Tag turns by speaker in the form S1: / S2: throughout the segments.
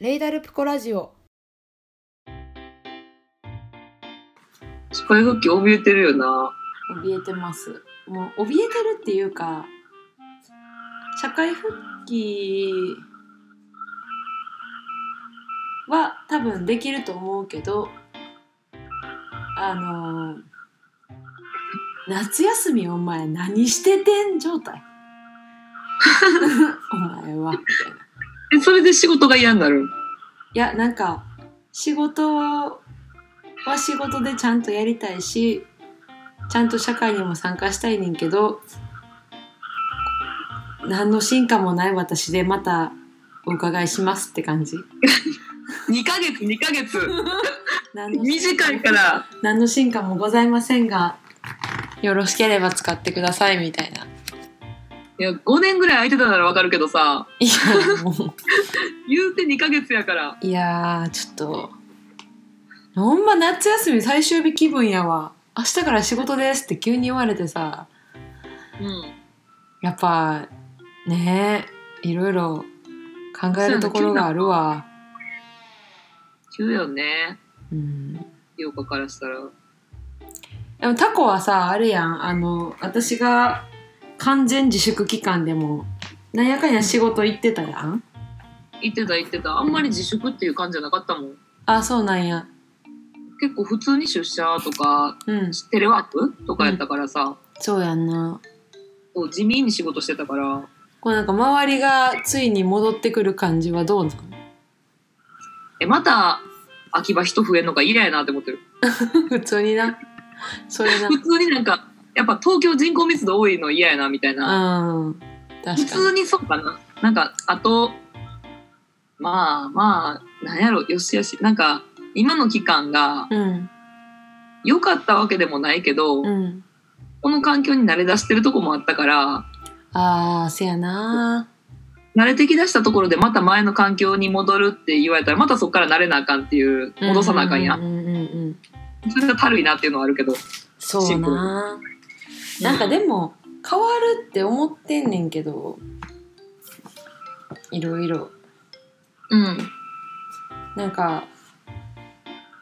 S1: レイダルプコラジオ
S2: 社会復帰怯えてるよな。
S3: 怯えてますもう怯えてるっていうか社会復帰は多分できると思うけどあのー夏休みお前何しててん状態 お前はみたいな
S2: え、それで仕事が嫌になる。
S3: いやなんか仕事は仕事でちゃんとやりたいしちゃんと社会にも参加したいねんけど何の進化もない私でまたお伺いしますって感じ
S2: 2ヶ月、2ヶ 月。
S3: 何の進化
S2: 短いから。
S3: 何の進化もございませんがよろしければ使ってくださいみたいない
S2: や、5年ぐらい空いてたならわかるけどさ、
S3: いやもう
S2: 言うて2ヶ月やから。
S3: いやーちょっとほんま夏休み最終日気分やわ明日から仕事ですって急に言われてさ
S2: うん。
S3: やっぱねいろいろ考えるところがあるわ。
S2: 急よね。
S3: うん、
S2: ヨカからしたら。
S3: でもタコはさあれやんあの私が完全自粛期間でもなんやかんや仕事行ってたやん
S2: 言ってた言ってた。あんまり自粛っていう感じじゃなかったもん。
S3: あそうなんや
S2: 結構普通に出社とか、
S3: うん
S2: テレワークとかやったからさ、
S3: そうやんな
S2: こう地味に仕事してたから。
S3: こうなんか周りがついに戻ってくる感じはどうなの
S2: え、また、秋葉人増えんのか嫌やなって思ってる。
S3: 普通になそれ
S2: 普通になんか、やっぱ東京人口密度多いの嫌やなみたいな。
S3: なうん
S2: 普
S3: 確かに
S2: 通にそうかな。なんか、あと、まあまあ、なんやろ、よしよし。なんか、今の期間が
S3: うん
S2: 良かったわけでもないけど、
S3: うん
S2: この環境に慣れ出してるとこもあったから、
S3: ああせやな
S2: 慣れてきだしたところでまた前の環境に戻るって言われたら、またそこから慣れなあかんっていう、戻さなあかんや
S3: う。んうんうんうん
S2: それがたるいなっていうのはあるけど。
S3: そうななんかでも変わるって思ってんねんけどいろいろ
S2: うん。
S3: なんか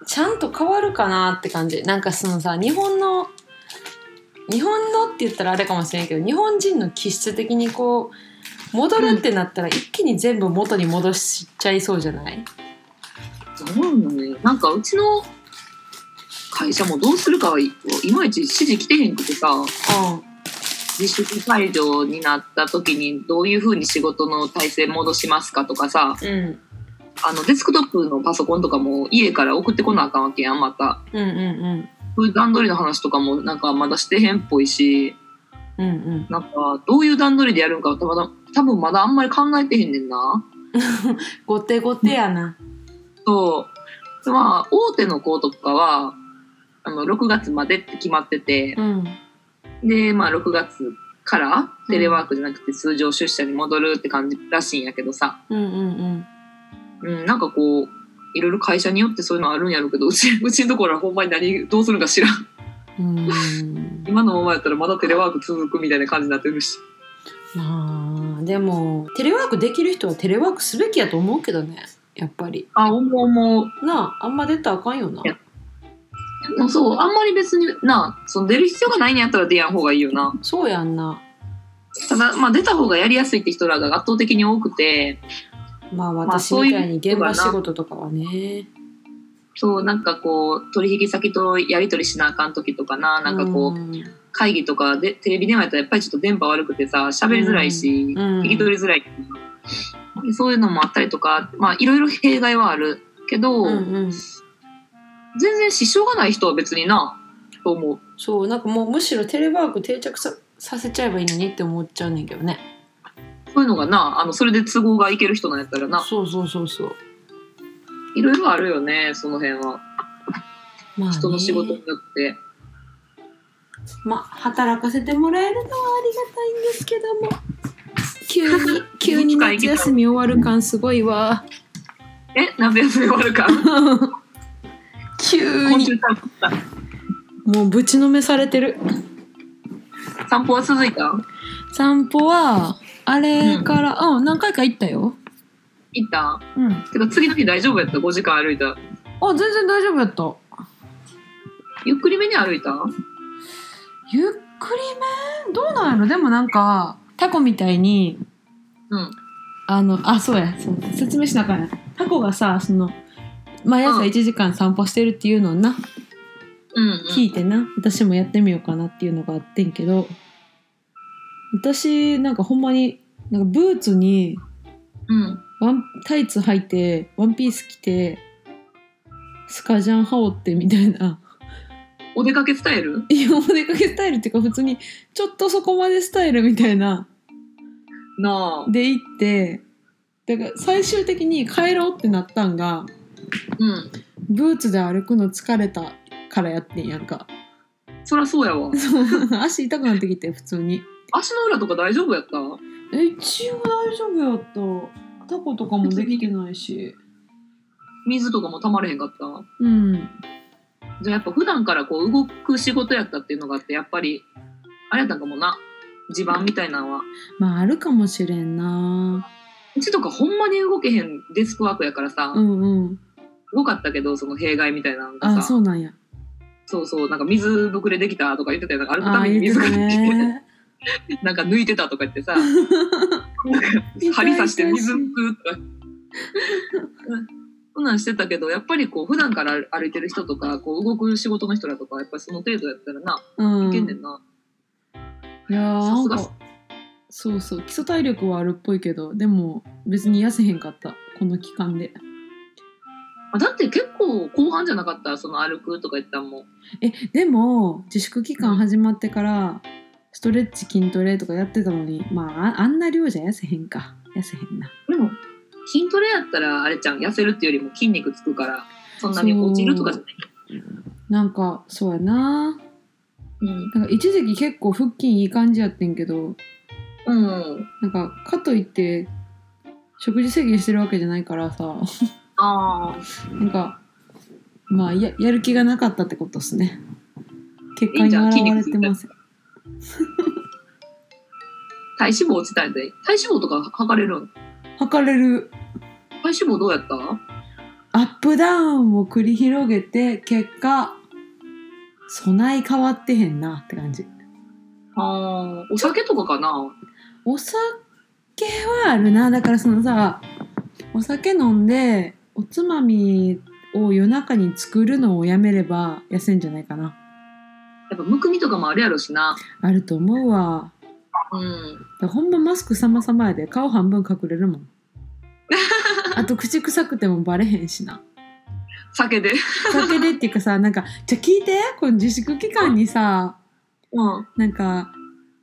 S3: ちゃんと変わるかなって感じなんかそのさ日本の日本のって言ったらあれかもしれんけど日本人の気質的にこう戻るってなったら一気に全部元に戻しちゃいそうじゃない、
S2: そうなのね。なんか、うちの会社もどうするかはいいまいち指示来てへんくてさ。自粛解除になった時にどういうふうに仕事の体制戻しますかとかさ
S3: うん、うん
S2: あのデスクトップのパソコンとかも家から送ってこなあかんわけやんまた
S3: うんうん
S2: そういう段取りの話とかもなんかまだしてへんっぽいし
S3: うんうん
S2: なんかどういう段取りでやるんかたまだ多分まだあんまり考えてへんねんな
S3: 後手後手やな
S2: そうでまあ大手の子とかはあの6月までって決まってて
S3: うん
S2: でまあ6月からテレワークじゃなくて通常出社に戻るって感じらしいんやけどさ、
S3: うんうんうん
S2: うん、なんかこう、いろいろ会社によってそういうのあるんやろうけど、うち、 うちのところはほんまに何、どうするんか知らん。
S3: うーん
S2: 今のままやったらまだテレワーク続くみたいな感じになってるし。
S3: まあでもテレワークできる人はテレワークすべきやと思うけどねやっぱり
S2: あ、思う思う。
S3: なああんま出たらあかんよない
S2: やでもそう、あんまり別にな、その出る必要がないんやったら出やん方がいいよな。
S3: そうやんな
S2: ただ、まあ出た方がやりやすいって人らが圧倒的に多くて、
S3: まあ
S2: まあ
S3: 私
S2: そうい
S3: み
S2: う
S3: たいに現場仕事とかはね、
S2: そう、なんかこう、取引先とやり取りしなあかん時とかな、なんかこう、
S3: うん
S2: 会議とかで、テレビ電話やったらやっぱりちょっと電波悪くてさ、喋りづらいし、
S3: うん
S2: 聞き取りづらい、そういうのもあったりとかまあいろいろ弊害はあるけど、
S3: うんうん
S2: 全然支障がない人は別になと思う
S3: そうなんかもうむしろテレワーク定着ささせちゃえばいいのにって思っちゃうねんけどね
S2: そういうのがなあのそれで都合がいける人なんやったらな
S3: そうそうそうそう
S2: いろいろあるよねその辺は
S3: まあ、ね、
S2: 人の仕事によって
S3: まあ働かせてもらえるのはありがたいんですけども急に急 に夏休み終わる感すごいわ
S2: え夏休み終わるか
S3: 急
S2: 今
S3: に
S2: 週散歩した
S3: もうぶちのめされてる
S2: 散歩は続いた
S3: 散歩はあれからうん、何回か行ったよ
S2: 行った
S3: うん
S2: てか次の日大丈夫やった5時間歩いた
S3: あ全然大丈夫やった
S2: ゆっくりめに歩いた
S3: ゆっくりめどうなんやろでもなんかタコみたいに
S2: うん
S3: あのあそうやそう説明しなあかんやタコがさその毎朝
S2: うん
S3: 1時間散歩してるっていうのをな、
S2: うん、うん、
S3: 聞いてな私もやってみようかなっていうのがあってんけど私なんかほんまになんかブーツに
S2: うん
S3: ワンタイツ履いてワンピース着てスカジャン羽織ってみたいな
S2: お出かけスタイル
S3: いやお出かけスタイルっていうか普通にちょっとそこまでスタイルみたいな
S2: なあ
S3: で行ってだから最終的に帰ろうってなったんが
S2: うん
S3: ブーツで歩くの疲れたからやってんやんか
S2: そりゃそうやわ
S3: 足痛くなってきて普通に
S2: 足の裏とか大丈夫やった
S3: え一応大丈夫やったタコとかもできてないし
S2: 水とかもたまれへんかった
S3: うん
S2: じゃあやっぱ普段からこう動く仕事やったっていうのがあってやっぱりあれやったんかもな地盤みたいなのは
S3: まああるかもしれんな
S2: うちとかほんまに動けへんデスクワークやからさ、
S3: うんうん
S2: 動かったけどその弊害みたいなのが
S3: あ
S2: さ
S3: そうなんや
S2: そうそうなんか水ぶくれできたとか言ってたよなんか歩くた
S3: あ
S2: め
S3: 言
S2: に
S3: って
S2: 水が
S3: た
S2: できて、
S3: ね
S2: なんか抜いてたとか言ってさ なんか針刺して水ぶくとかうんそんなんしてたけどやっぱりこう普段から歩いてる人とかこう動く仕事の人らとかやっぱりその程度やったらな、
S3: うん
S2: いけんね
S3: い
S2: んな
S3: やーな
S2: さ
S3: ん
S2: すが
S3: かそうそう基礎体力はあるっぽいけどでも別に痩せへんかったこの期間で
S2: あだって結構後半じゃなかったその歩くとか言ったんも
S3: えでも自粛期間始まってからストレッチ筋トレとかやってたのにまあああんな量じゃ痩せへんか痩せへんな
S2: でも筋トレやったらあれちゃん痩せるっていうよりも筋肉つくからそんなに落ちるとかじゃない
S3: なんかそうやな
S2: うん
S3: なんか一時期結構腹筋いい感じやってんけど
S2: うん
S3: なんかかといって食事制限してるわけじゃないからさ
S2: ああ
S3: なんかまあややる気がなかったってことっすね結
S2: い
S3: 果
S2: いじゃん筋
S3: に
S2: 肉
S3: 現
S2: つい
S3: れ
S2: た
S3: てます
S2: 体脂肪落ちたんやで体脂肪とか測れるん
S3: 測れる
S2: 体脂肪どうやった
S3: アップダウンを繰り広げて結果備え変わってへんなって感じ
S2: あーお酒とかかな
S3: お酒はあるなだからそのさお酒飲んでおつまみを夜中に作るのをやめれば痩せんじゃないかな
S2: やっぱむくみとかもあるやろしな
S3: あると思うわ
S2: うん
S3: だからほんまマスク様々やで顔半分隠れるもんあと口臭くてもバレへんしな
S2: 酒で
S3: 酒でっていうかさなんかじゃあ聞いてこの自粛期間にさ
S2: うん
S3: なんか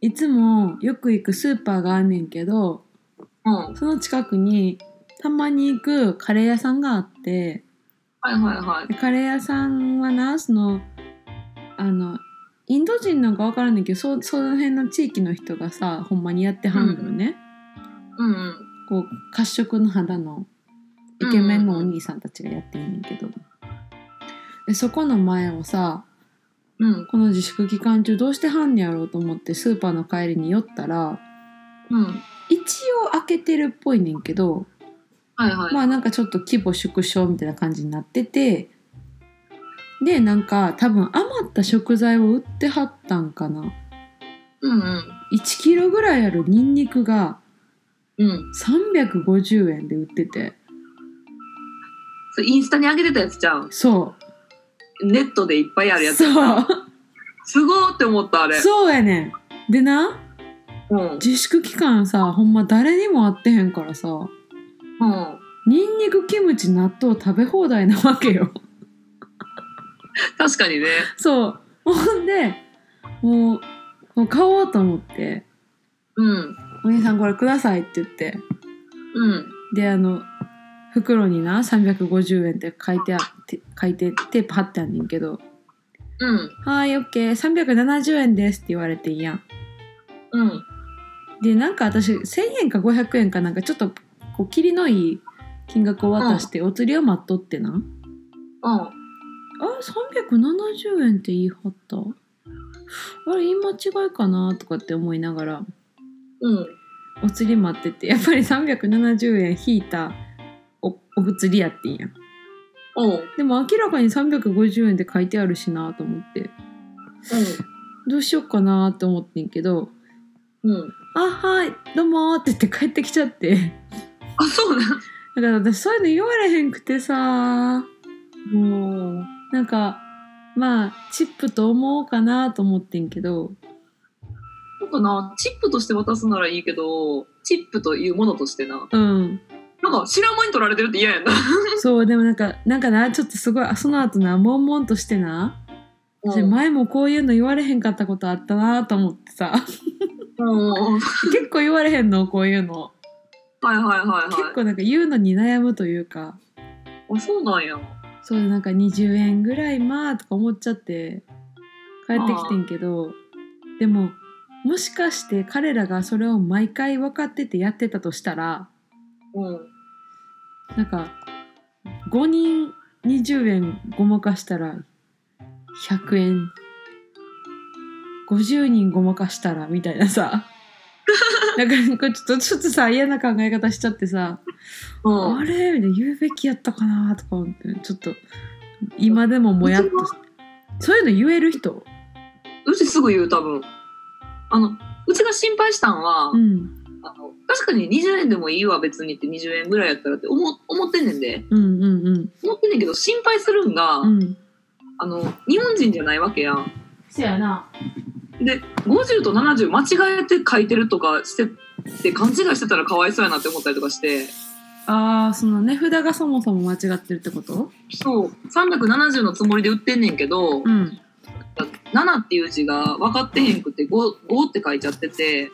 S3: いつもよく行くスーパーがあんねんけど
S2: うんはい
S3: その近くにたまに行くカレー屋さんがあって
S2: はいはい
S3: でカレー屋さんはなそのあのインド人なんかわからんねんけどそその辺の地域の人がさほんまにやってはんのよね、
S2: うんうん
S3: こう褐色の肌のイケメンのお兄さんたちがやってんねんけど、でそこの前をさ
S2: うん
S3: この自粛期間中どうしてはんねやろうと思ってスーパーの帰りに寄ったら
S2: うん
S3: 一応開けてるっぽいねんけど、
S2: はいはい、
S3: まあなんかちょっと規模縮小みたいな感じになっててでなんか多分余った食材を売ってはったんかな
S2: うんうん
S3: 1キロぐらいあるニンニクが
S2: うん
S3: 350円で売ってて
S2: それインスタに上げてたやつじゃん
S3: そ
S2: ネットでいっぱいうあるやつ
S3: そう
S2: すごーって思ったあれ
S3: そうやねんでな
S2: うん
S3: 自粛期間さほんま誰にも会ってへんからさ
S2: うん
S3: ニンニクキムチ納豆食べ放題なわけよ
S2: 確かにね
S3: そうほんでもうもう買おうと思って
S2: うん
S3: お兄さんこれくださいって言って
S2: うん
S3: であの袋にな350円って書いてあって書いてテープ貼ってあんねんけど
S2: うん
S3: 「はーいオッケー370円です」って言われていいやん
S2: うん
S3: でなんか私1,000円か500円かなんかちょっとこう切りのいい金額を渡してお釣りを待っとってな、
S2: うん
S3: あ370円って言い張ったあれ言い間違いかなとかって思いながら
S2: うん
S3: お釣り待っててやっぱり370円引いたお普通りやってんやん
S2: うん。うん。
S3: でも明らかに350円って書いてあるしなと思ってどうしようかなと思ってんけど
S2: うん。
S3: 「あはいどうも」って言って帰ってきちゃって
S2: あ、そうなん。
S3: だから私そういうの言われへんくてさ
S2: もう。
S3: なんかまあチップと思おうかなと思ってんけど
S2: なんかな、チップとして渡すならいいけど、チップというものとしてな。
S3: うん
S2: なんか知らん間に取られてるって嫌やんな。
S3: そうでもなんかなんかなちょっとすごいあその後な悶々としてな私
S2: うん
S3: 前もこういうの言われへんかったことあったなと思って さ
S2: うん。はい
S3: 結構言われへんのこういうの
S2: はいはい
S3: 結
S2: は
S3: 構なんか言うのに悩むというか
S2: い。あ、そうなんや。
S3: そうなんか20円ぐらいまあとか思っちゃって帰ってきてんけどでももしかして彼らがそれを毎回分かっててやってたとしたら
S2: うん。
S3: なんか5人20円ごまかしたら100円50人ごまかしたらみたいなさなんかなんかちょっとちょっとさ嫌な考え方しちゃってさ
S2: うん。
S3: あれみたいな言うべきやったかなとか思ってちょっと今でももやっと
S2: うちは
S3: そういうの言える人
S2: うちすぐ言う、多分。あの、うちが心配したんは、
S3: うん
S2: あの確かに20円でもいいわ、別にって20円ぐらいやったらって思思ってんねんで。
S3: うんうんうん
S2: 思ってんねんけど、心配するんが、
S3: うん
S2: あの、日本人じゃないわけやん。
S1: そうやな
S2: で、50と70間違えて書いてるとかして、て勘違いしてたらかわいそうやなって思ったりとかして、
S3: ああその値札がそもそも間違ってるってこと
S2: そう、370のつもりで売ってんねんけど、
S3: うん
S2: 7っていう字が分かってへんくて 5, 5って書いちゃってて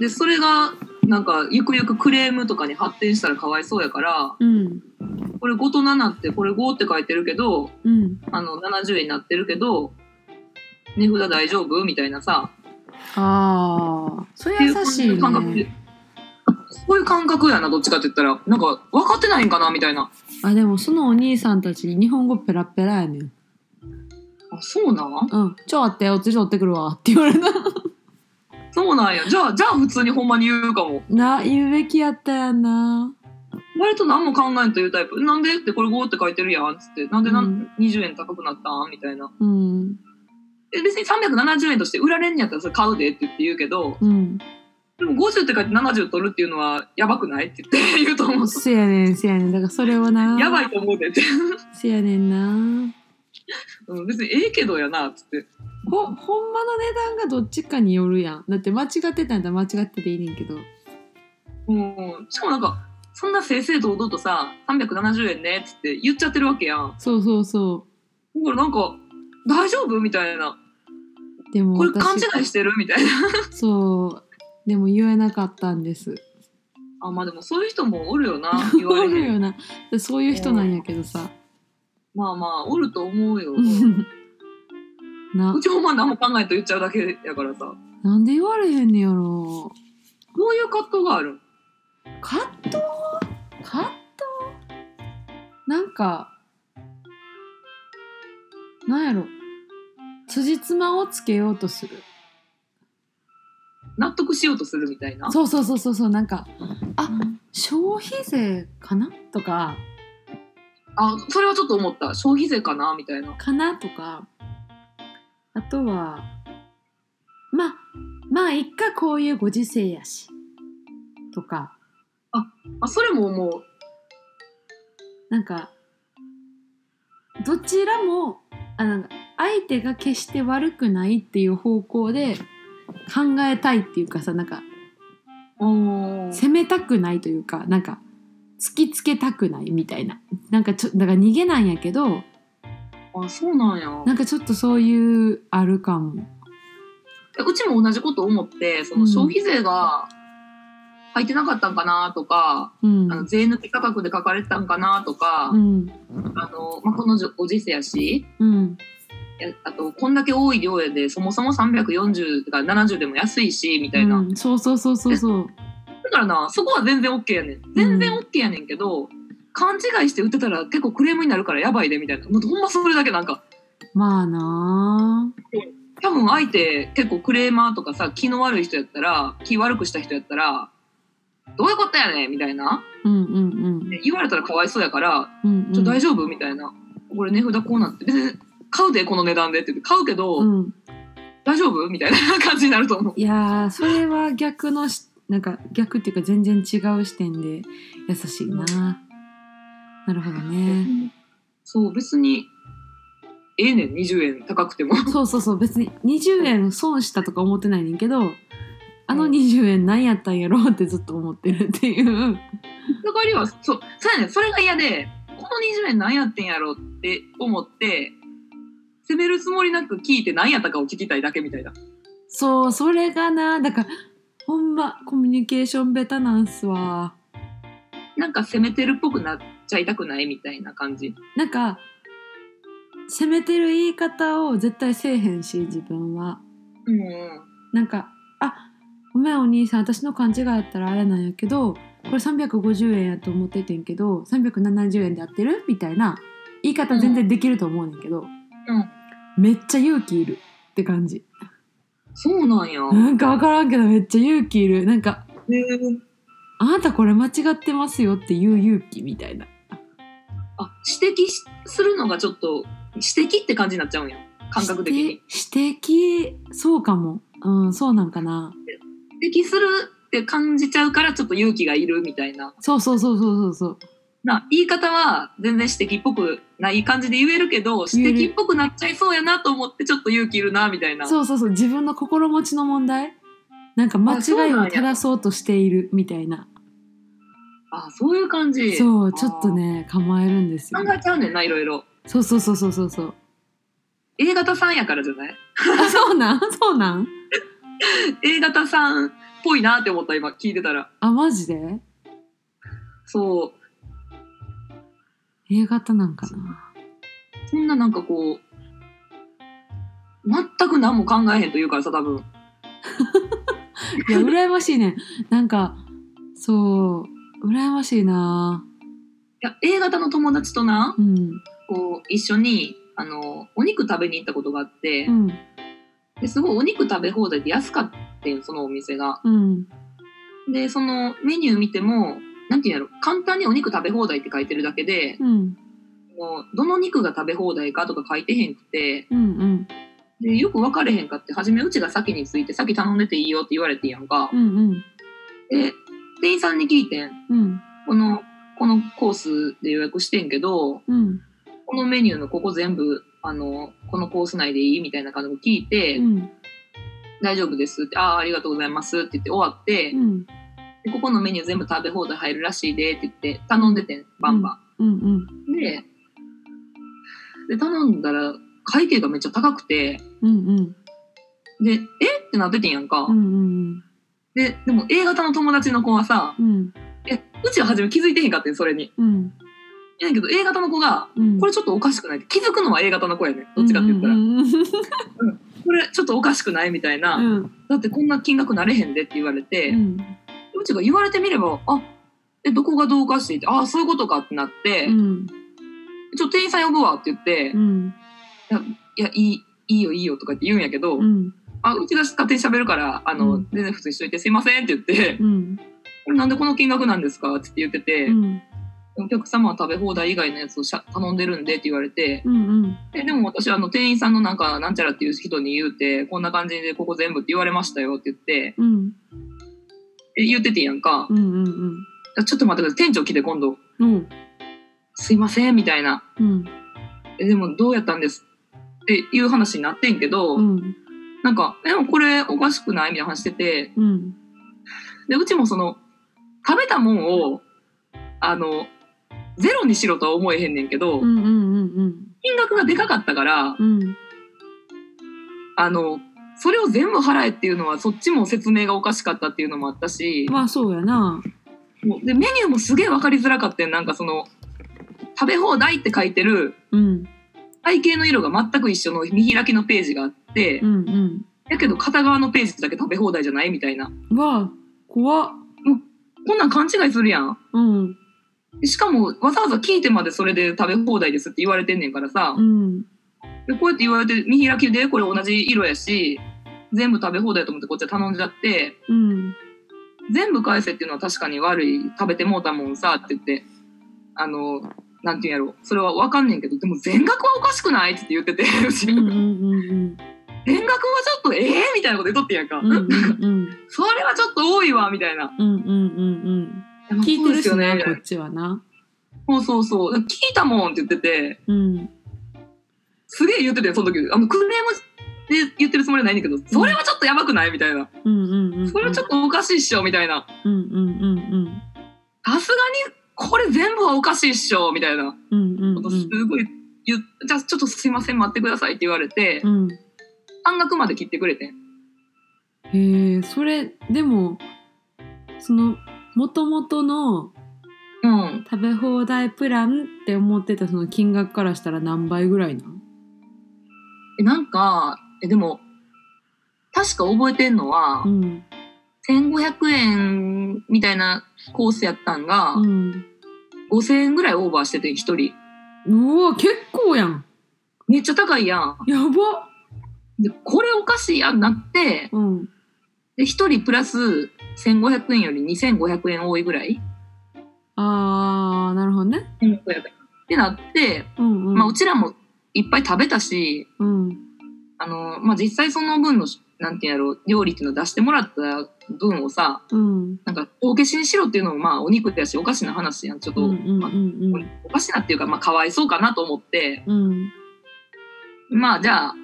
S2: でそれがなんかゆくゆくクレームとかに発展したらかわいそうやから
S3: うん
S2: これ5と7ってこれ5って書いてるけど
S3: うん
S2: あの70円になってるけど値札大丈夫みたいなさ
S3: ああそれ優しい
S2: そうう感覚
S3: ね
S2: でそういう感覚やなどっちかって言ったらなんか分かってないんかなみたいな
S3: あでもそのお兄さんたち日本語ペラペラやねん
S2: あそうなん
S3: うんちょ待ってお釣り取ってくるわって言われ た
S2: そうなんやじゃあじゃあ普通にほんまに言うかも
S3: な言うべきやったやんな
S2: 割と何も考えんというタイプ。なんでってこれ5って書いてるやんっつって。なんでな、
S3: うん
S2: 20円高くなったんみたいな。
S3: うん
S2: え、別に370円として売られんやったらそれ買うでって言って言うけど、
S3: うん
S2: でも50って書いて70取るっていうのはやばくないって言って言うと思う。
S3: せやねんせやねんだからそれをな
S2: やばいと思うでって。
S3: せやねんな
S2: うん、別にええけどやな、つって。
S3: ほほんまの値段がどっちかによるやんだって間違ってたんだ間違ってていいねんけど
S2: うん。しかもなんか、そんな正々堂々とさ、370円ねっつって言っちゃってるわけやん。
S3: そうそうそ
S2: だからなんか、大丈夫みたいな。
S3: うでも
S2: これ
S3: 私
S2: 勘違いしてるみたいな。
S3: そうでも言えなかったんです
S2: あ、まあでもそういう人もおるよな、言わ
S3: お
S2: れ
S3: る
S2: る
S3: よなでそういう人なんやけどさ
S2: まあまあ、おると思うよ。
S3: な
S2: うちもまあ何も考えんと言っちゃうだけやからさ。
S3: なんで言われへんねやろ
S2: どういう葛藤がある
S3: 葛藤葛藤なんかなんやろ辻褄をつけようとする
S2: 納得しようとするみたいな。
S3: そうそうそうそうそうなんかあ消費税かなとか
S2: あ、それはちょっと思った。消費税かなみたいな。
S3: かなとかあとはまあまあ一回こういうご時世やしとか
S2: あ、それも思う。
S3: なんかどちらもあなんか相手が決して悪くないっていう方向で考えたいっていうかさなんか
S2: お
S3: 責めたくないというかなんか突きつけたくないみたいななんかちょだから逃げなんやけど
S2: あ、そうなんや。
S3: なんかちょっとそういうあるかも。
S2: えうちも同じこと思って、そ
S3: うん
S2: の消費税が入ってなかったんかなとか、
S3: うん
S2: あの税抜き価格で書かれてたんかなとか、
S3: うん
S2: あの、まあ、このご時世やし、
S3: うん
S2: やあと、こんだけ多い量やで、そもそも340とか70でも安いし、みたいな。
S3: うん、そうそうそうそ うそう
S2: だからな、そこは全然 OK やねん。全然 OK やねんけど、勘違いして売ってたら結構クレームになるからやばいでみたいな。もうほんまそれだけなんか、
S3: まあな
S2: 多分相手結構クレーマーとかさ、気の悪い人やったら、気悪くした人やったら、どういうことやねんみたいな
S3: うんうんうん
S2: で言われたらかわいそうやから
S3: うんうん
S2: ちょ大丈夫みたいなこれ値札こうなって別に買うでこの値段でって言って買うけど、
S3: うん
S2: 大丈夫みたいな感じになると思う
S3: いやーそれは逆のしなんか逆っていうか全然違う視点で優しいななるほどね
S2: そう別にええねん20円高くても
S3: そうそうそう別に20円損したとか思ってないねんけどあの20円何やったんやろうってずっと思ってるっていう
S2: だから要はそうそうやねんそれが嫌でこの20円何やってんやろって思って責めるつもりなく聞いて何やったかを聞きたいだけみたいな
S3: そうそれがなだからほんまコミュニケーションベタなんすわ
S2: なんか責めてるっぽくなっちゃいたくないみたいな感じ
S3: なんか責めてる言い方を絶対せえへんし自分は
S2: うんうん
S3: なんか「あごめんお兄さん私の勘違いやったらあれなんやけどこれ350円やと思っててんけど370円で合ってる?」みたいな言い方全然できると思うねんけど、めっちゃ勇気いるって感じ
S2: そうなんや、
S3: なんか分からんけどめっちゃ勇気いるなんか
S2: へえ
S3: 「あなたこれ間違ってますよ」っていう勇気みたいな
S2: あ指摘しするのがちょっと指摘って感じになっちゃうんや感覚的に
S3: 指摘指摘そうかもうんそうなんかな
S2: 指摘するって感じちゃうからちょっと勇気がいるみたいな
S3: そうそうそうそうそうそう
S2: な言い方は全然指摘っぽくない感じで言えるけど
S3: 言える
S2: 指摘っぽくなっちゃいそうやなと思ってちょっと勇気いるなみたいな
S3: そうそうそう自分の心持ちの問題なんか間
S2: あそう
S3: 違い
S2: なん
S3: を
S2: や
S3: 正そうとしているみたいな
S2: あそういう感じ
S3: そう
S2: あー
S3: ちょっとね構えるんです
S2: 考
S3: よ
S2: えちゃうねんないろいろ
S3: そうそうそうそう そうそう
S2: A 型さんやからじゃない
S3: あそうなんそうなん
S2: A 型さんっぽいなって思った今聞いてたら
S3: あマジで
S2: そう
S3: A 型なんかな
S2: そんななんかこう、全く何も考えへんと言うからさ、多分。
S3: いや羨ましいねなんかそう羨ましいない
S2: や、A 型の友達とな、
S3: うん
S2: こう、一緒に、あの、お肉食べに行ったことがあって
S3: う、ん
S2: ですごいお肉食べ放題で安かったんよそのお店が。
S3: うん
S2: で、そのメニュー見ても、なんていうんやろ、簡単にお肉食べ放題って書いてるだけで、
S3: うん
S2: もうどの肉が食べ放題かとか書いてへんくて、
S3: うんうん
S2: で、よく分かれへんかって、初めうちが先について、先頼んでていいよって言われてんやんか
S3: う。んうん
S2: で、店員さんに聞いてん。
S3: うん
S2: この、このコースで予約してんけど、
S3: うん
S2: このメニューのここ全部、あの、このコース内でいいみたいな感じを聞いて、
S3: うん
S2: 大丈夫ですって、ああ、ありがとうございますって言って終わって、
S3: うん
S2: でここのメニュー全部食べ放題入るらしいでって言って、頼んでてん、バンバ
S3: うんうん
S2: ン。で、で、頼んだら、会計がめっちゃ高くて、
S3: うんうん
S2: で、えってなっててんやんか。
S3: うんうん
S2: で、でも A 型の友達の子はさ、
S3: うん
S2: え、うちは初め気づいてへんかってん、それに。
S3: うん
S2: やねんけど、A 型の子が、
S3: うん
S2: これちょっとおかしくないって気づくのは A 型の子やねん。どっちかって言ったら
S3: う。んうんうん
S2: これちょっとおかしくないみたいな、
S3: うん
S2: だってこんな金額なれへんでって言われて、
S3: う
S2: うんちが言われてみればあえどこがどうかしていてああそういうことかってなって、
S3: うん
S2: ちょっと店員さん呼ぶわって言って、い
S3: うん
S2: やいいいいよいいよとかって言うんやけど、
S3: うん
S2: あうちが勝手に喋るからあの、
S3: うん
S2: 全然普通にしといてすいませんって言って、
S3: うん
S2: これなんでこの金額なんですかって言ってて、
S3: うん
S2: お客様は食べ放題以外のやつをしゃ頼んでるんでって言われて、
S3: うん
S2: えでも私あの店員さんのなんかなんちゃらっていう人に言うてこんな感じでここ全部って言われましたよって言って
S3: うんうん
S2: え言っててんやんか、
S3: うんうん
S2: あちょっと待ってください。店長来て今度、
S3: うん
S2: すいません、みたいな。
S3: うん
S2: え、でもどうやったんですっていう話になってんけど、
S3: うん
S2: なんか、えでもこれおかしくないみたいな話してて、
S3: うん
S2: で、うちもその、食べたもんを、あの、ゼロにしろとは思えへんねんけど、
S3: うんうんうん
S2: 金額がでかかったから、
S3: うん
S2: あの、それを全部払えっていうのは、そっちも説明がおかしかったっていうのもあったし、
S3: まあそうやな
S2: もうで、メニューもすげえわかりづらかったん。なんかその、食べ放題って書いてる、
S3: うん
S2: 背景の色が全く一緒の見開きのページがあって、
S3: うんうん
S2: だけど片側のページだけ食べ放題じゃないみたいな
S3: うわあ怖っ
S2: こんなん勘違いするやん
S3: うん
S2: しかもわざわざ聞いてまでそれで食べ放題ですって言われてんねんからさ
S3: う、ん
S2: でこうやって言われて見開きでこれ同じ色やし全部食べ放題と思ってこっちは頼んじゃって
S3: うん
S2: 全部返せっていうのは確かに悪い食べてもうたもんさって言ってあのなんていうんやろそれは分かんねんけどでも全額はおかしくないって言ってて うち
S3: うんうん
S2: 全
S3: うん
S2: 額はちょっとええみたいなこと言っとってんやんか、
S3: うんうんうん
S2: それはちょっと多いわみたいな
S3: うんうんうんうん聞い
S2: そう
S3: て
S2: です
S3: るし
S2: よ
S3: ね
S2: ね
S3: こっちはな
S2: そうそうそう聞いたもんって言ってて
S3: うん
S2: すげえ言っててその時あのクレームで言ってるつもりはないねんだけどそれはちょっとやばくないみたいな
S3: うんうんうんうん
S2: それはちょっとおかしいっしょみたいな
S3: うんうんうんうん
S2: さすがにこれ全部はおかしいっしょみたいな
S3: うんうん
S2: ことすごい言っじゃあちょっとすいません待ってくださいって言われて
S3: うん
S2: 半額まで切ってくれてん
S3: へえそれでもそのもともとの
S2: うん
S3: 食べ放題プランって思ってたその金額からしたら何倍ぐらいなん
S2: えなんかえでも確か覚えてんのは、
S3: うん
S2: 1500円みたいなコースやったんが、
S3: うん
S2: 5000円ぐらいオーバーしてて1人
S3: うわ結構やん
S2: めっちゃ高いやん
S3: やば
S2: でこれおかしいやんなって
S3: うん
S2: で1人プラス1500円より2500円多いぐらい
S3: あーなるほどね
S2: ってなって、
S3: うんうん
S2: まあ、うちらもいっぱい食べたし
S3: うん
S2: あの、まあ、実際その分の、なんていうんやろ、料理っていうのを出してもらった分をさ、
S3: うん
S2: なんか、大消しにしろっていうのも、まあ、お肉やし、おかしな話やん。ちょっと、
S3: うんうん
S2: まあ
S3: うんうん
S2: おかしなっていうか、まあ、かわいそうかなと思って、
S3: うん
S2: まあ、じゃあ、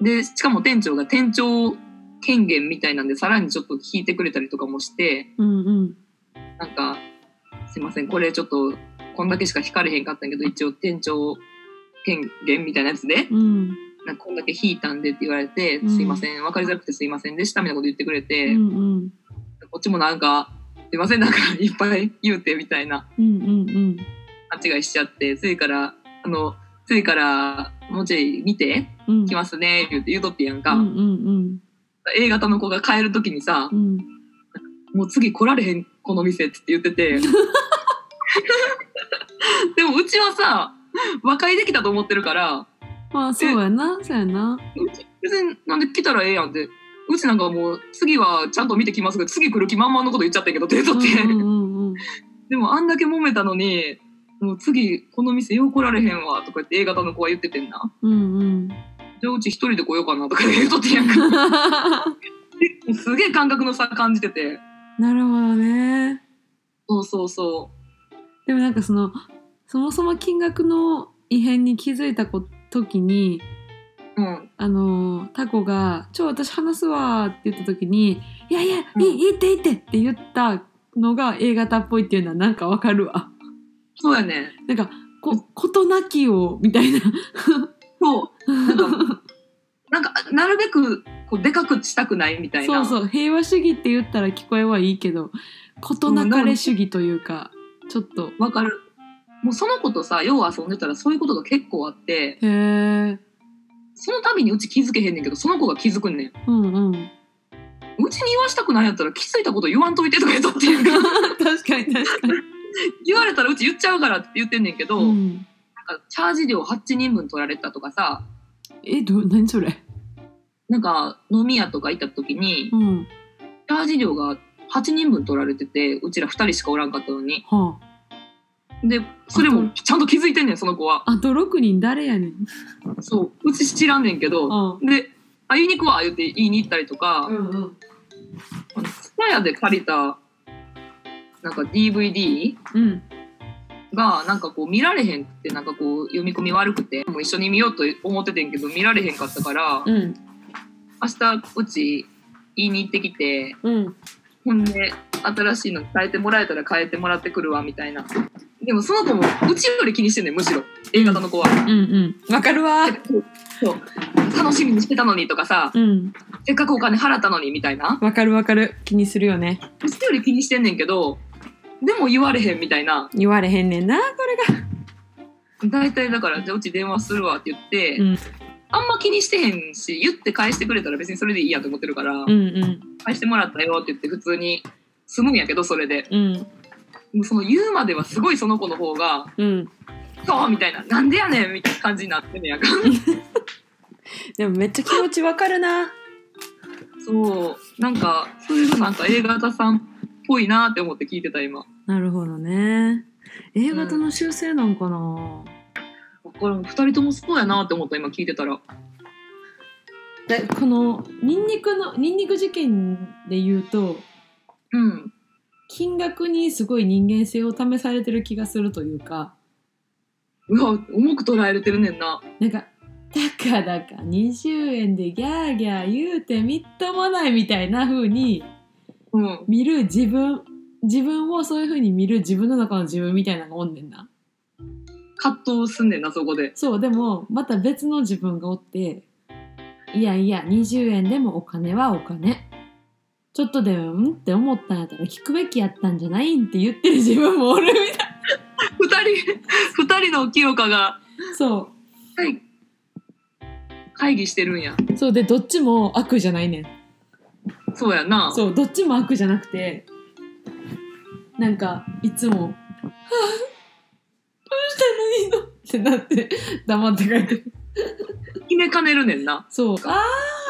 S2: で、しかも店長が店長権限みたいなんで、さらにちょっと聞いてくれたりとかもして、
S3: うんうん
S2: なんか、すいません、これちょっと、こんだけしか引かれへんかったんやけど、一応店長権限みたいなやつで、
S3: うん
S2: なんかこんだけ引いたんでって言われて、
S3: うん
S2: すいません、わかりづらくてすいませんでしたみたいなこと言ってくれて、
S3: うんうん
S2: こっちもなんか、すいません、なんかいっぱい言うてみたいな
S3: うんうんうん
S2: 勘違いしちゃって、ついから、あの、ついから、もうちょい見て、
S3: うん
S2: 来ますね、言うて言うとってやんか。
S3: うんうん
S2: A 型の子が帰るときにさ
S3: う、ん
S2: もう次来られへん、この店って言って て。でもうちはさ、和解できたと思ってるから、
S3: まあそうやなそうやな
S2: うち別になんで来たらええやんって。うちなんかもう次はちゃんと見てきますけど次来る気満々のこと言っちゃったけど手取って、
S3: うんうんうん
S2: でもあんだけ揉めたのに、もう次この店よう来られへんわとか言って A 型の子は言っててんな。
S3: うんうん
S2: じゃあうち一人で来ようかなとか言うとってんやんか。すげえ感覚の差感じてて。
S3: なるほどね
S2: そうそうそ
S3: でもなんかそのそもそも金額の異変に気づいたこ時に
S2: う。うん。
S3: あのタコが「ちょ私話すわ」って言った時に「いやいやい
S2: うん
S3: いいいっていいって」って言ったのが A 型っぽいっていうのはなんかわかるわ。
S2: そうやね。
S3: なんかこ事なきをみたいな。
S2: そう。なんか、なんか なるべくこうでかくしたくないみたい
S3: そ
S2: な。
S3: う
S2: う
S3: そう平和主義って言ったら聞こえはいいけど事なかれ主義というかちょっと
S2: わかる。もうその子とさ、よう遊んでたらそういうことが結構あって、
S3: へえ
S2: その度にうち気づけへんねんけど、その子が気づくんねん。
S3: うんうん
S2: うちに言わしたくないやったら気づいたこと言わんといてとか言っとってんやんか
S3: 確かに確かに。
S2: 言われたらうち言っちゃうからって言ってんねんけど、
S3: うん、
S2: なんかチャージ料8人分取られたとかさ
S3: えど何それ、
S2: なんか飲み屋とか行った時に
S3: うん
S2: チャージ料が8人分取られててうちら2人しかおらんかったのに
S3: は
S2: でそれもちゃんと気づいてんねんその子は
S3: あ、あと6人誰やねん。
S2: そううち知らんねんけど
S3: あ
S2: で「あ言いに行くわ」言って言いに行ったりとか
S1: んうん
S2: スパヤで借りたなんか DVD
S3: うん。
S2: がなんかこう見られへんくてなんかこう読み込み悪くてもう一緒に見ようと思っててんけど見られへんかったから
S1: うん
S2: 明日うち言いに行ってきて
S1: うん
S2: ほんで、新しいの変えてもらえたら変えてもらってくるわ、みたいな。でもその子も、うちより気にしてんねん、むしろ。A 型の子は。
S3: うんうん。わかるわ
S2: そう。楽しみにしてたのにとかさ、
S3: うん。
S2: せっかくお金払ったのに、みたいな。
S3: わかるわかる。気にするよね。
S2: うちより気にしてんねんけど、でも言われへんみたいな。
S3: 言われへんねんな。
S2: 大体だから、じゃあうち電話するわって言って、
S3: うん
S2: あんま気にしてへんし、言って返してくれたら別にそれでいいやと思ってるから、
S3: うん
S2: 返してもらったよって言って普通に済むんやけど、それで。
S3: うん。うん
S2: もうその言うまではすごいその子の方が、
S3: うん。
S2: そうみたいな、なんでやねんみたいな感じになってんねやんか。
S1: でもめっちゃ気持ちわかるな
S2: そう、なんか、そういうなんか A 型さんっぽいなって思って聞いてた今。
S3: なるほどね。A 型の修正なんかな、
S2: これも二人ともそうやなって思った今聞いてたら。
S3: でこのニンニクのニンニク事件で言うと
S2: うん。
S3: 金額にすごい人間性を試されてる気がするというか
S2: うわ、重く捉えられてるねんな。
S3: なんかたかだか20円でギャーギャー言うてみっともないみたいな風に
S2: うん。
S3: 見る自分自分をそういう風に見る自分の中の自分みたいなのがおんねんな。
S2: 葛藤すんねんな、そこで。
S3: そうでもまた別の自分がおっていやいや20円でもお金はお金ちょっとでもうんって思ったんやったら聞くべきやったんじゃないんって言ってる自分もおるみたい
S2: 二人、 二人の清香が
S3: なそ
S2: はい会議してるんや。
S3: うそうでどっちも悪じゃないねん
S2: そうやな。
S3: そうどっちも悪じゃなくてなんかいつも「はぁどうしたらいいの?」ってなって黙って帰ってくる
S2: 決めかねるねんな。
S3: そう「あ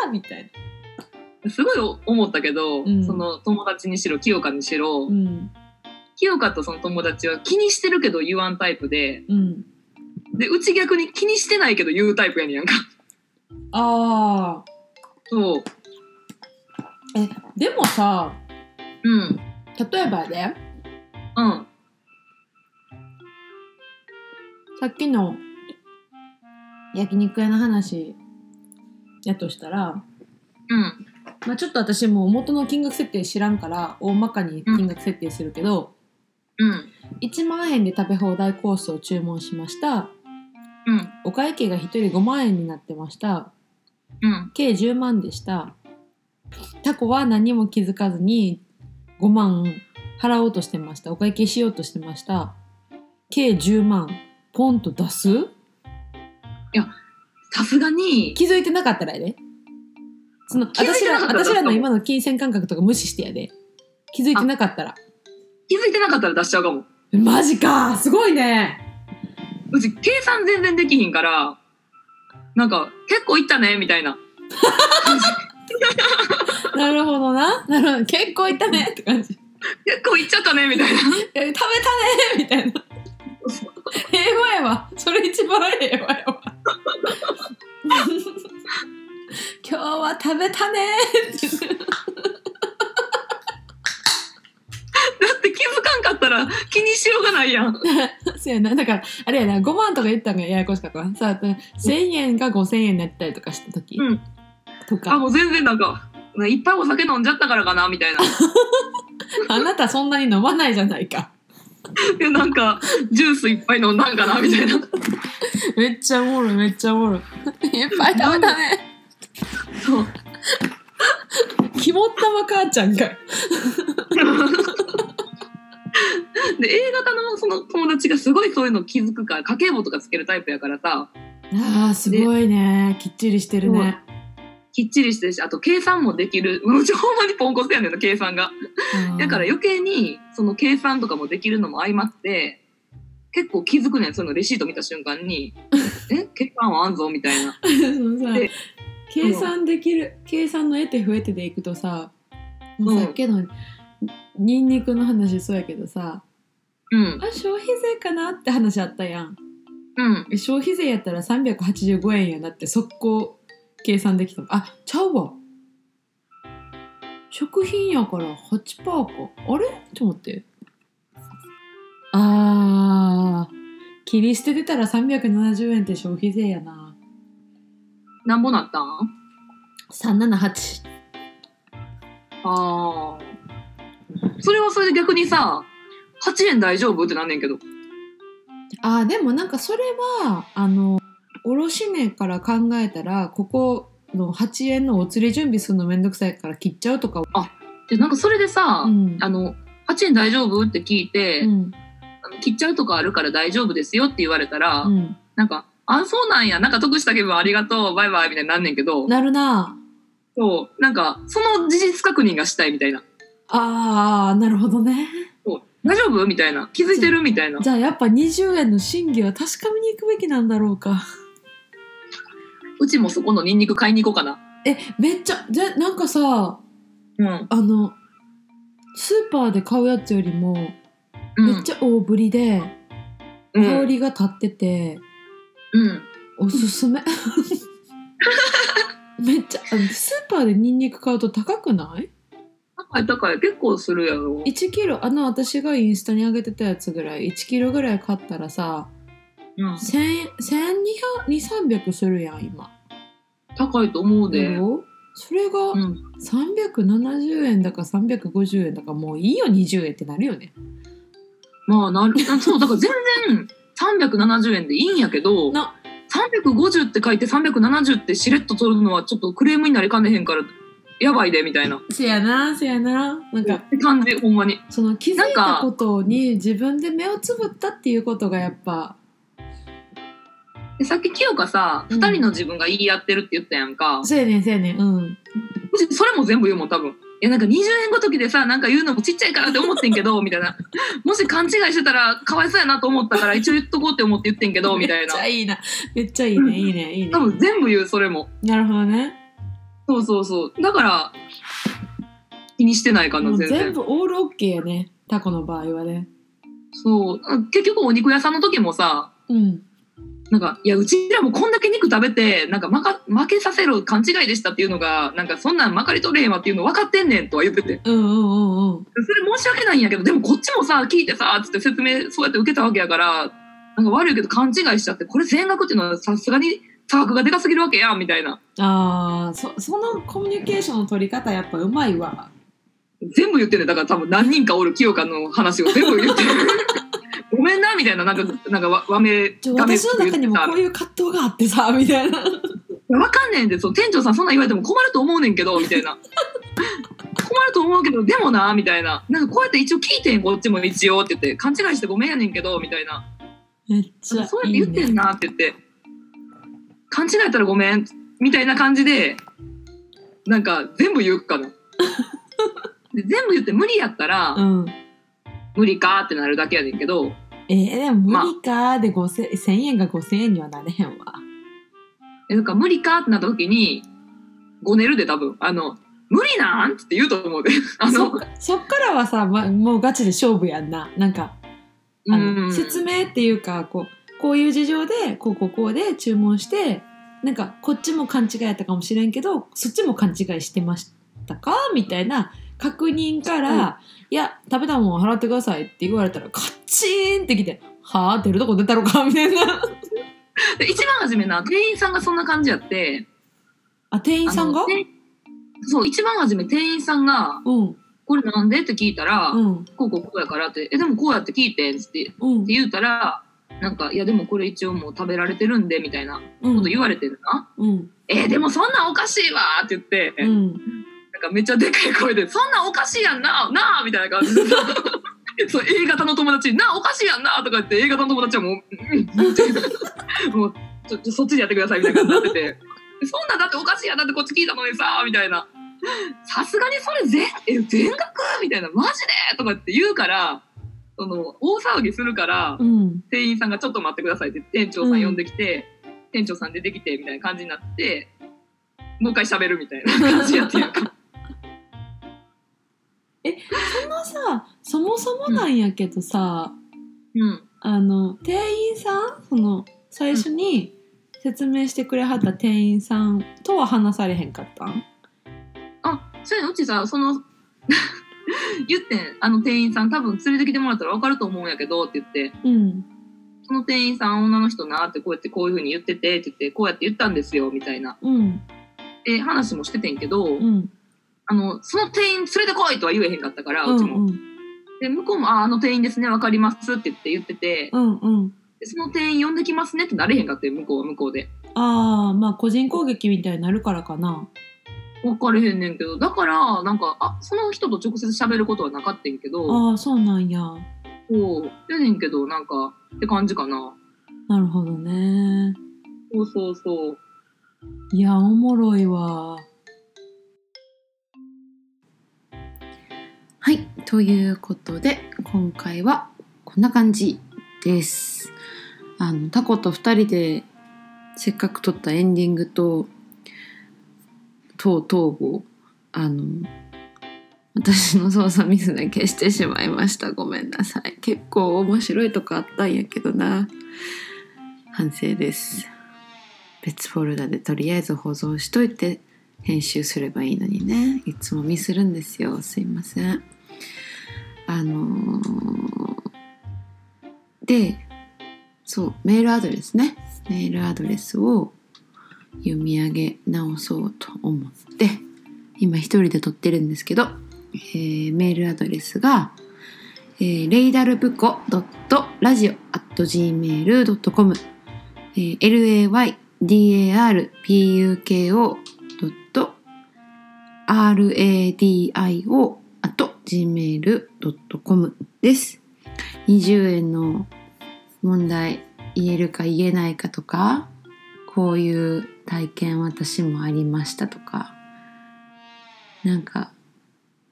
S3: ー」みたいな
S2: すごい思ったけど、
S3: うん
S2: その友達にしろ、清香にしろ、
S3: うん
S2: 清香とその友達は気にしてるけど言わんタイプで、
S3: うん
S2: で、うち逆に気にしてないけど言うタイプやねんやんか。
S3: ああ
S2: そう。
S3: でもさ
S2: うん。
S3: 例えばやで
S2: うん。
S3: さっきの焼肉屋の話やとしたら、
S2: うん。
S3: まあ、ちょっと私もう元の金額設定知らんから大まかに金額設定するけど、
S2: うん。
S3: 1万円で食べ放題コースを注文しました
S2: うん。
S3: お会計が1人5万円になってました
S2: うん。
S3: 計10万でしたタコは何も気づかずに5万払おうとしてましたお会計しようとしてました計10万ポンと出す
S2: さすがに、
S3: 気づいてなかったらやで。その
S2: 気づい
S3: 私
S2: てな
S3: ら
S2: かったら
S3: 私ら
S2: どう
S3: の
S2: ぞ
S3: 今の金銭感覚とか無視してやで。気づいてなかったら。
S2: 気づいてなかったら出しちゃうかも。
S3: マジかすごいね
S2: うち計算全然できひんから、なんか、結構いったね、みたいな。
S3: なるほどな。なるほど。結構いったねって感じ。い
S2: 結構いっちゃったね、みたいな。
S3: や食べたねみたいな。平和やわ。それ一番平和やわ。 今日は食べたね
S2: だって気づかんかったら気にしようがないやん。
S3: そうやな。だから、あれやな、5万とか言ったのがややこしかったな。さあ、1000円が5000円になったりとかした時
S2: うん
S3: とか。
S2: あ、もう全然なんか、いっぱいお酒飲んじゃったからかな、みたいな。い
S3: あなたそんなに飲まないじゃないか。
S2: や、なんか、ジュースいっぱい飲んだんかな、みたいな。
S3: めっちゃおもろいめっちゃおもろい。 いっぱい食べたね。
S2: そう。
S3: 肝っ玉母ちゃんが。
S2: で、A 型のその友達がすごいそういうの気づくから、家計簿とかつけるタイプやからさ、
S3: ああすごいね。きっちりしてるね。
S2: きっちりしてるし、あと計算もできる。もううちほんまにポンコツやねんな、計算が。だから
S3: よ。
S2: 余計に、その計算とかもできるのも相まって、結構気づくねん、そのレシート見た瞬間に。 え計算はあんぞ、みたいな。
S3: そのさ
S2: で
S3: 計算できる計算の得て増えてでいくとさ、
S2: うん
S3: さっきのニンニクの話そうやけどさ
S2: うん。
S3: あ消費税かなって話あったやん
S2: うん。
S3: 消費税やったら385円やなって速攻計算できたもんあちゃうわ食品やから8%かあれちょっと待ってあー切り捨ててたら370円って消費税やな
S2: なんぼなったん
S3: 378
S2: ああ。それはそれで逆にさ、8円大丈夫ってなんねんけど。
S3: あーでもなんかそれはあの卸値から考えたらここの8円のお釣り準備するのめんどくさいから切っちゃうとか
S2: で、なんかそれでさ、
S3: うん
S2: あの、8円大丈夫って聞いて、
S3: うん
S2: あの切っちゃうとかあるから大丈夫ですよって言われたら、
S3: うん
S2: なんか、あ、そうなんや、なんか得した気分ありがとう、バイバイみたいになんねんけど、
S3: なるな
S2: そう、なんか、その事実確認がしたいみたいな。
S3: ああなるほど ね
S2: そう大丈夫みたいな。気づいてるみたいな。
S3: じゃあやっぱ20円の真偽は確かめに行くべきなんだろうか
S2: うちもそこのニンニク買いに行こうかな。
S3: えめっちゃじゃなんかさ
S2: うん。
S3: あのスーパーで買うやつよりも
S2: うん
S3: めっちゃ大ぶりで
S2: うん
S3: 香りが立ってて
S2: うん。
S3: おすすめ めっちゃあスーパーでニンニク買うと高くない
S2: 高い高い。結構するやろ。
S3: 1キロあの私がインスタに上げてたやつぐらい1キロぐらい買ったらさ
S2: うん。
S3: 1200300するやん今
S2: 高いと思う
S3: だ
S2: で。
S3: ろそれが
S2: うん。
S3: 370円だか350円だかもういいよ20円ってなるよね
S2: まあ、なる。 そう、だから全然370円でいいんやけど、
S3: な
S2: 350って書いて370ってしれっと取るのはちょっとクレームになりかねへんから、やばいで、みたいな。
S3: せやなせやななんか
S2: って感じ、ほんまに。
S3: その気づい
S2: なん
S3: た
S2: か
S3: ことに自分で目をつぶったっていうことがやっぱ
S2: でさっき清香さ、
S3: う
S2: 二
S3: ん
S2: 人の自分が言い合ってるって言ったやんか。
S3: そうやねんそうやねんうん
S2: もしそれも全部言うもん、多分。いや、なんか20円ごときでさ、なんか言うのもちっちゃいからって思ってんけど、み たいな。もし勘違いしてたら、かわいそうやなと思ったから、一応言っとこうって思って言ってんけど、みたいな
S3: めっち。ゃいいなめっちゃいいねいいねいいね
S2: 多分全部言う、それも。
S3: なるほどね
S2: そうそうそう。だから、気にしてないか
S3: も
S2: な、
S3: う
S2: 全然
S3: 全。部オールオッケーやねタコの場合はね
S2: そう。結局お肉屋さんの時もさ、
S3: うん
S2: なんか、いや、うちらもこんだけ肉食べて、なんか、まか、負けさせる勘違いでしたっていうのが、なんか、そんなんまかり取れへんわっていうの分かってんねんとは言ってて。
S3: うんうんうんう
S2: そ
S3: ん
S2: れ申し訳ないんやけど、でもこっちもさ、聞いてさ、つって説明、そうやって受けたわけやから、なんか悪いけど勘違いしちゃって、これ全額っていうのはさすがに差額がでかすぎるわけや、みたいな。
S3: あーそそのコミュニケーションの取り方やっぱうまいわ
S2: 全部言ってんねんだから多分何人かおる清香の話を全部言って る。ごめんな、みたいな、なんか、なんかわ、わめ、
S3: ちょ私の中にも
S2: わめ
S3: こういう葛藤があってさみたいな
S2: わかんねえんで、そう、店長さんそんなん言われても困ると思うねんけど、みたい な。困ると思うけど、でもな、みたいな。なんかこうやって一応聞いてん、こっちも一応って言って、勘違いしてごめんやねんけど、みたいな。
S3: めっち
S2: そう
S3: ゃ
S2: やっ
S3: い
S2: て
S3: い、
S2: 言って
S3: ね、
S2: んなって言って、勘違いやったらごめん、みたいな感じで、なんか全部言うかな。で全部言って無理やったら、
S3: うん
S2: 無理かってなるだけやねんけど、
S3: えー、でも無理かーで5000 1000円が5000円にはなれへんわ
S2: えなんか無理かってなった時に、ごねるで多分、あの、無理なんって言うと思うで。あ
S3: そっ
S2: の、
S3: かそっからはさ、ま、もうガチで勝負やんななんかあ
S2: う
S3: の、
S2: ん
S3: 説明っていうかこうこういう事情でこうこうこうで注文してなんかこっちも勘違いやったかもしれんけどそっちも勘違いしてましたかみたいな確認から「いや食べたもん払ってください」って言われたらカッチーンってきて「はあ出るとこ出たろか」 みたいな
S2: で一番初めな店員さんがそんな感じやって
S3: あ店員さん
S2: あ
S3: が
S2: の店そう一番初め店員さんが
S3: うん
S2: 「これなんで?」って聞いたら「
S3: うん
S2: こうこうこうやから」って「えでもこうやって聞いてん」ってって
S3: うん
S2: 言うたら「なんかいやでもこれ一応もう食べられてるんで」みたいなこ
S3: うん
S2: と言われてるな「
S3: うん
S2: えでもそんなんおかしいわ」って言って、
S3: うん
S2: なんかめっちゃでかい声で「そんなんおかしいやんななあ」みたいな感じで そう A 型の友達に「なあおかしいやんな」とか言って A 型の友達はもううん「もうちょちょそっちでやってください」みたいな感じになってて「そんなんだっておかしいやんだってこっち聞いたのにさ」みたいな「さすがにそれ全え全額?」みたいな「マジで?」とかって言うからその大騒ぎするから
S3: うん
S2: 店員さんが「ちょっと待ってください」って店長さん呼んできて、店長さん出てきてみたいな感じになってもう一回喋るみたいな感じやっ ていうか。
S3: そのさそもそもなんやけどさ、
S2: うん
S3: あの店員さんその最初に説明してくれはった店員さんとは話されへんかったん
S2: あ、そうやねうちさ、その、 言ってん、あの店員さん多分連れてきてもらったら分かると思うんやけどって言って、
S3: うん
S2: その店員さん女の人なってこうやってこういうふうに言っててって言って、こうやって言ったんですよみたいな。
S3: うん
S2: で、話もしててんけど、
S3: うん
S2: あの、その店員連れてこいとは言えへんかったから、うちも。
S3: うん
S2: で、向こうも、あ、あの店員ですね、分かりますって言って言ってて、
S3: うんうん
S2: でその店員呼んできますねってなれへんかったよ、向こうは向こうで。
S3: ああまあ個人攻撃みたいになるからかな
S2: 分かれへんねんけど、だから、なんか、あ、その人と直接喋ることはなかったんけど、
S3: ああそうなんや
S2: そう、やねんけど、なんか、って感じかな。
S3: なるほどね
S2: そうそうそう。
S3: いやおもろいわはいということで今回はこんな感じですあのタコと2人でせっかく撮ったエンディングと等々をあの
S4: 私の操作ミスで消してしまいましたごめんなさい結構面白いとこあったんやけどな反省です別フォルダでとりあえず保存しといて編集すればいいのにねいつもミスるんですよすいませんあのーでそうメールアドレスねメールアドレスを読み上げ直そうと思って今一人で撮ってるんですけど、えーメールアドレスが、えー、レイダルブコラジオ .gmail.com、えー laydarbuko.radio gmail.com です。20円の問題言えるか言えないかとかこういう体験私もありましたとかなんか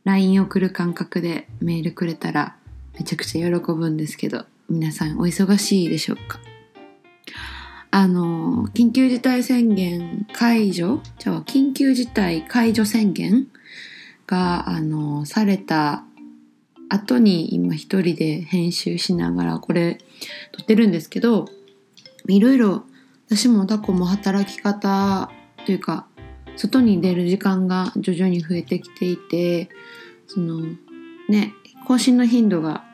S4: LINE 送る感覚でメールくれたらめちゃくちゃ喜ぶんですけど皆さんお忙しいでしょうかあの緊急事態宣言解除じゃあ緊急事態解除宣言があのされた後に今一人で編集しながらこれ撮ってるんですけどいろいろ私もタコも働き方というか外に出る時間が徐々に増えてきていてそのね更新の頻度が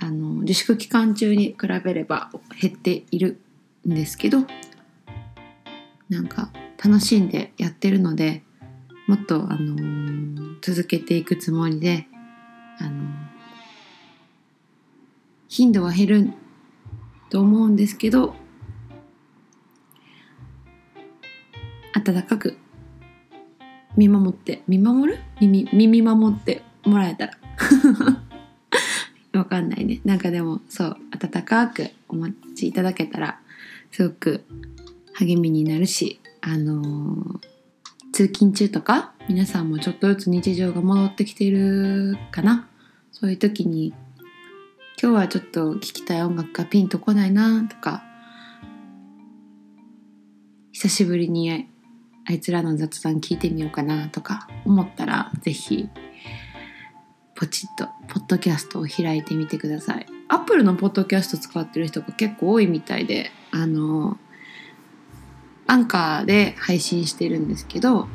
S4: あの自粛期間中に比べれば減っているんですけどなんか楽しんでやってるのでもっと、あのー続けていくつもりで、あのー頻度は減ると思うんですけど温かく見守って見守る耳耳守ってもらえた らわかんないねなんかでもそう温かくお待ちいただけたらすごく励みになるしあのー通勤中とか皆さんもちょっとずつ日常が戻ってきてるかなそういう時に今日はちょっと聴きたい音楽がピンとこないなとか久しぶりにああいつらの雑談聞いてみようかなとか思ったらぜひポチッとポッドキャストを開いてみてくださいアップルのポッドキャスト使ってる人が結構多いみたいであのアンカーで配信してるんですけど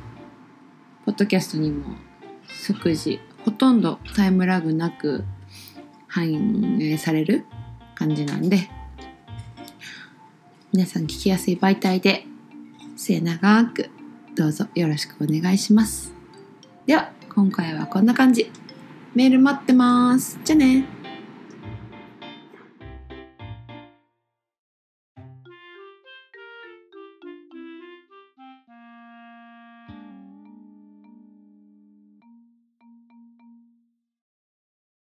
S4: ポッドキャストにも即時ほとんどタイムラグなく反映される感じなんで皆さん聞きやすい媒体で末永くどうぞよろしくお願いしますでは今回はこんな感じメール待ってますじゃあね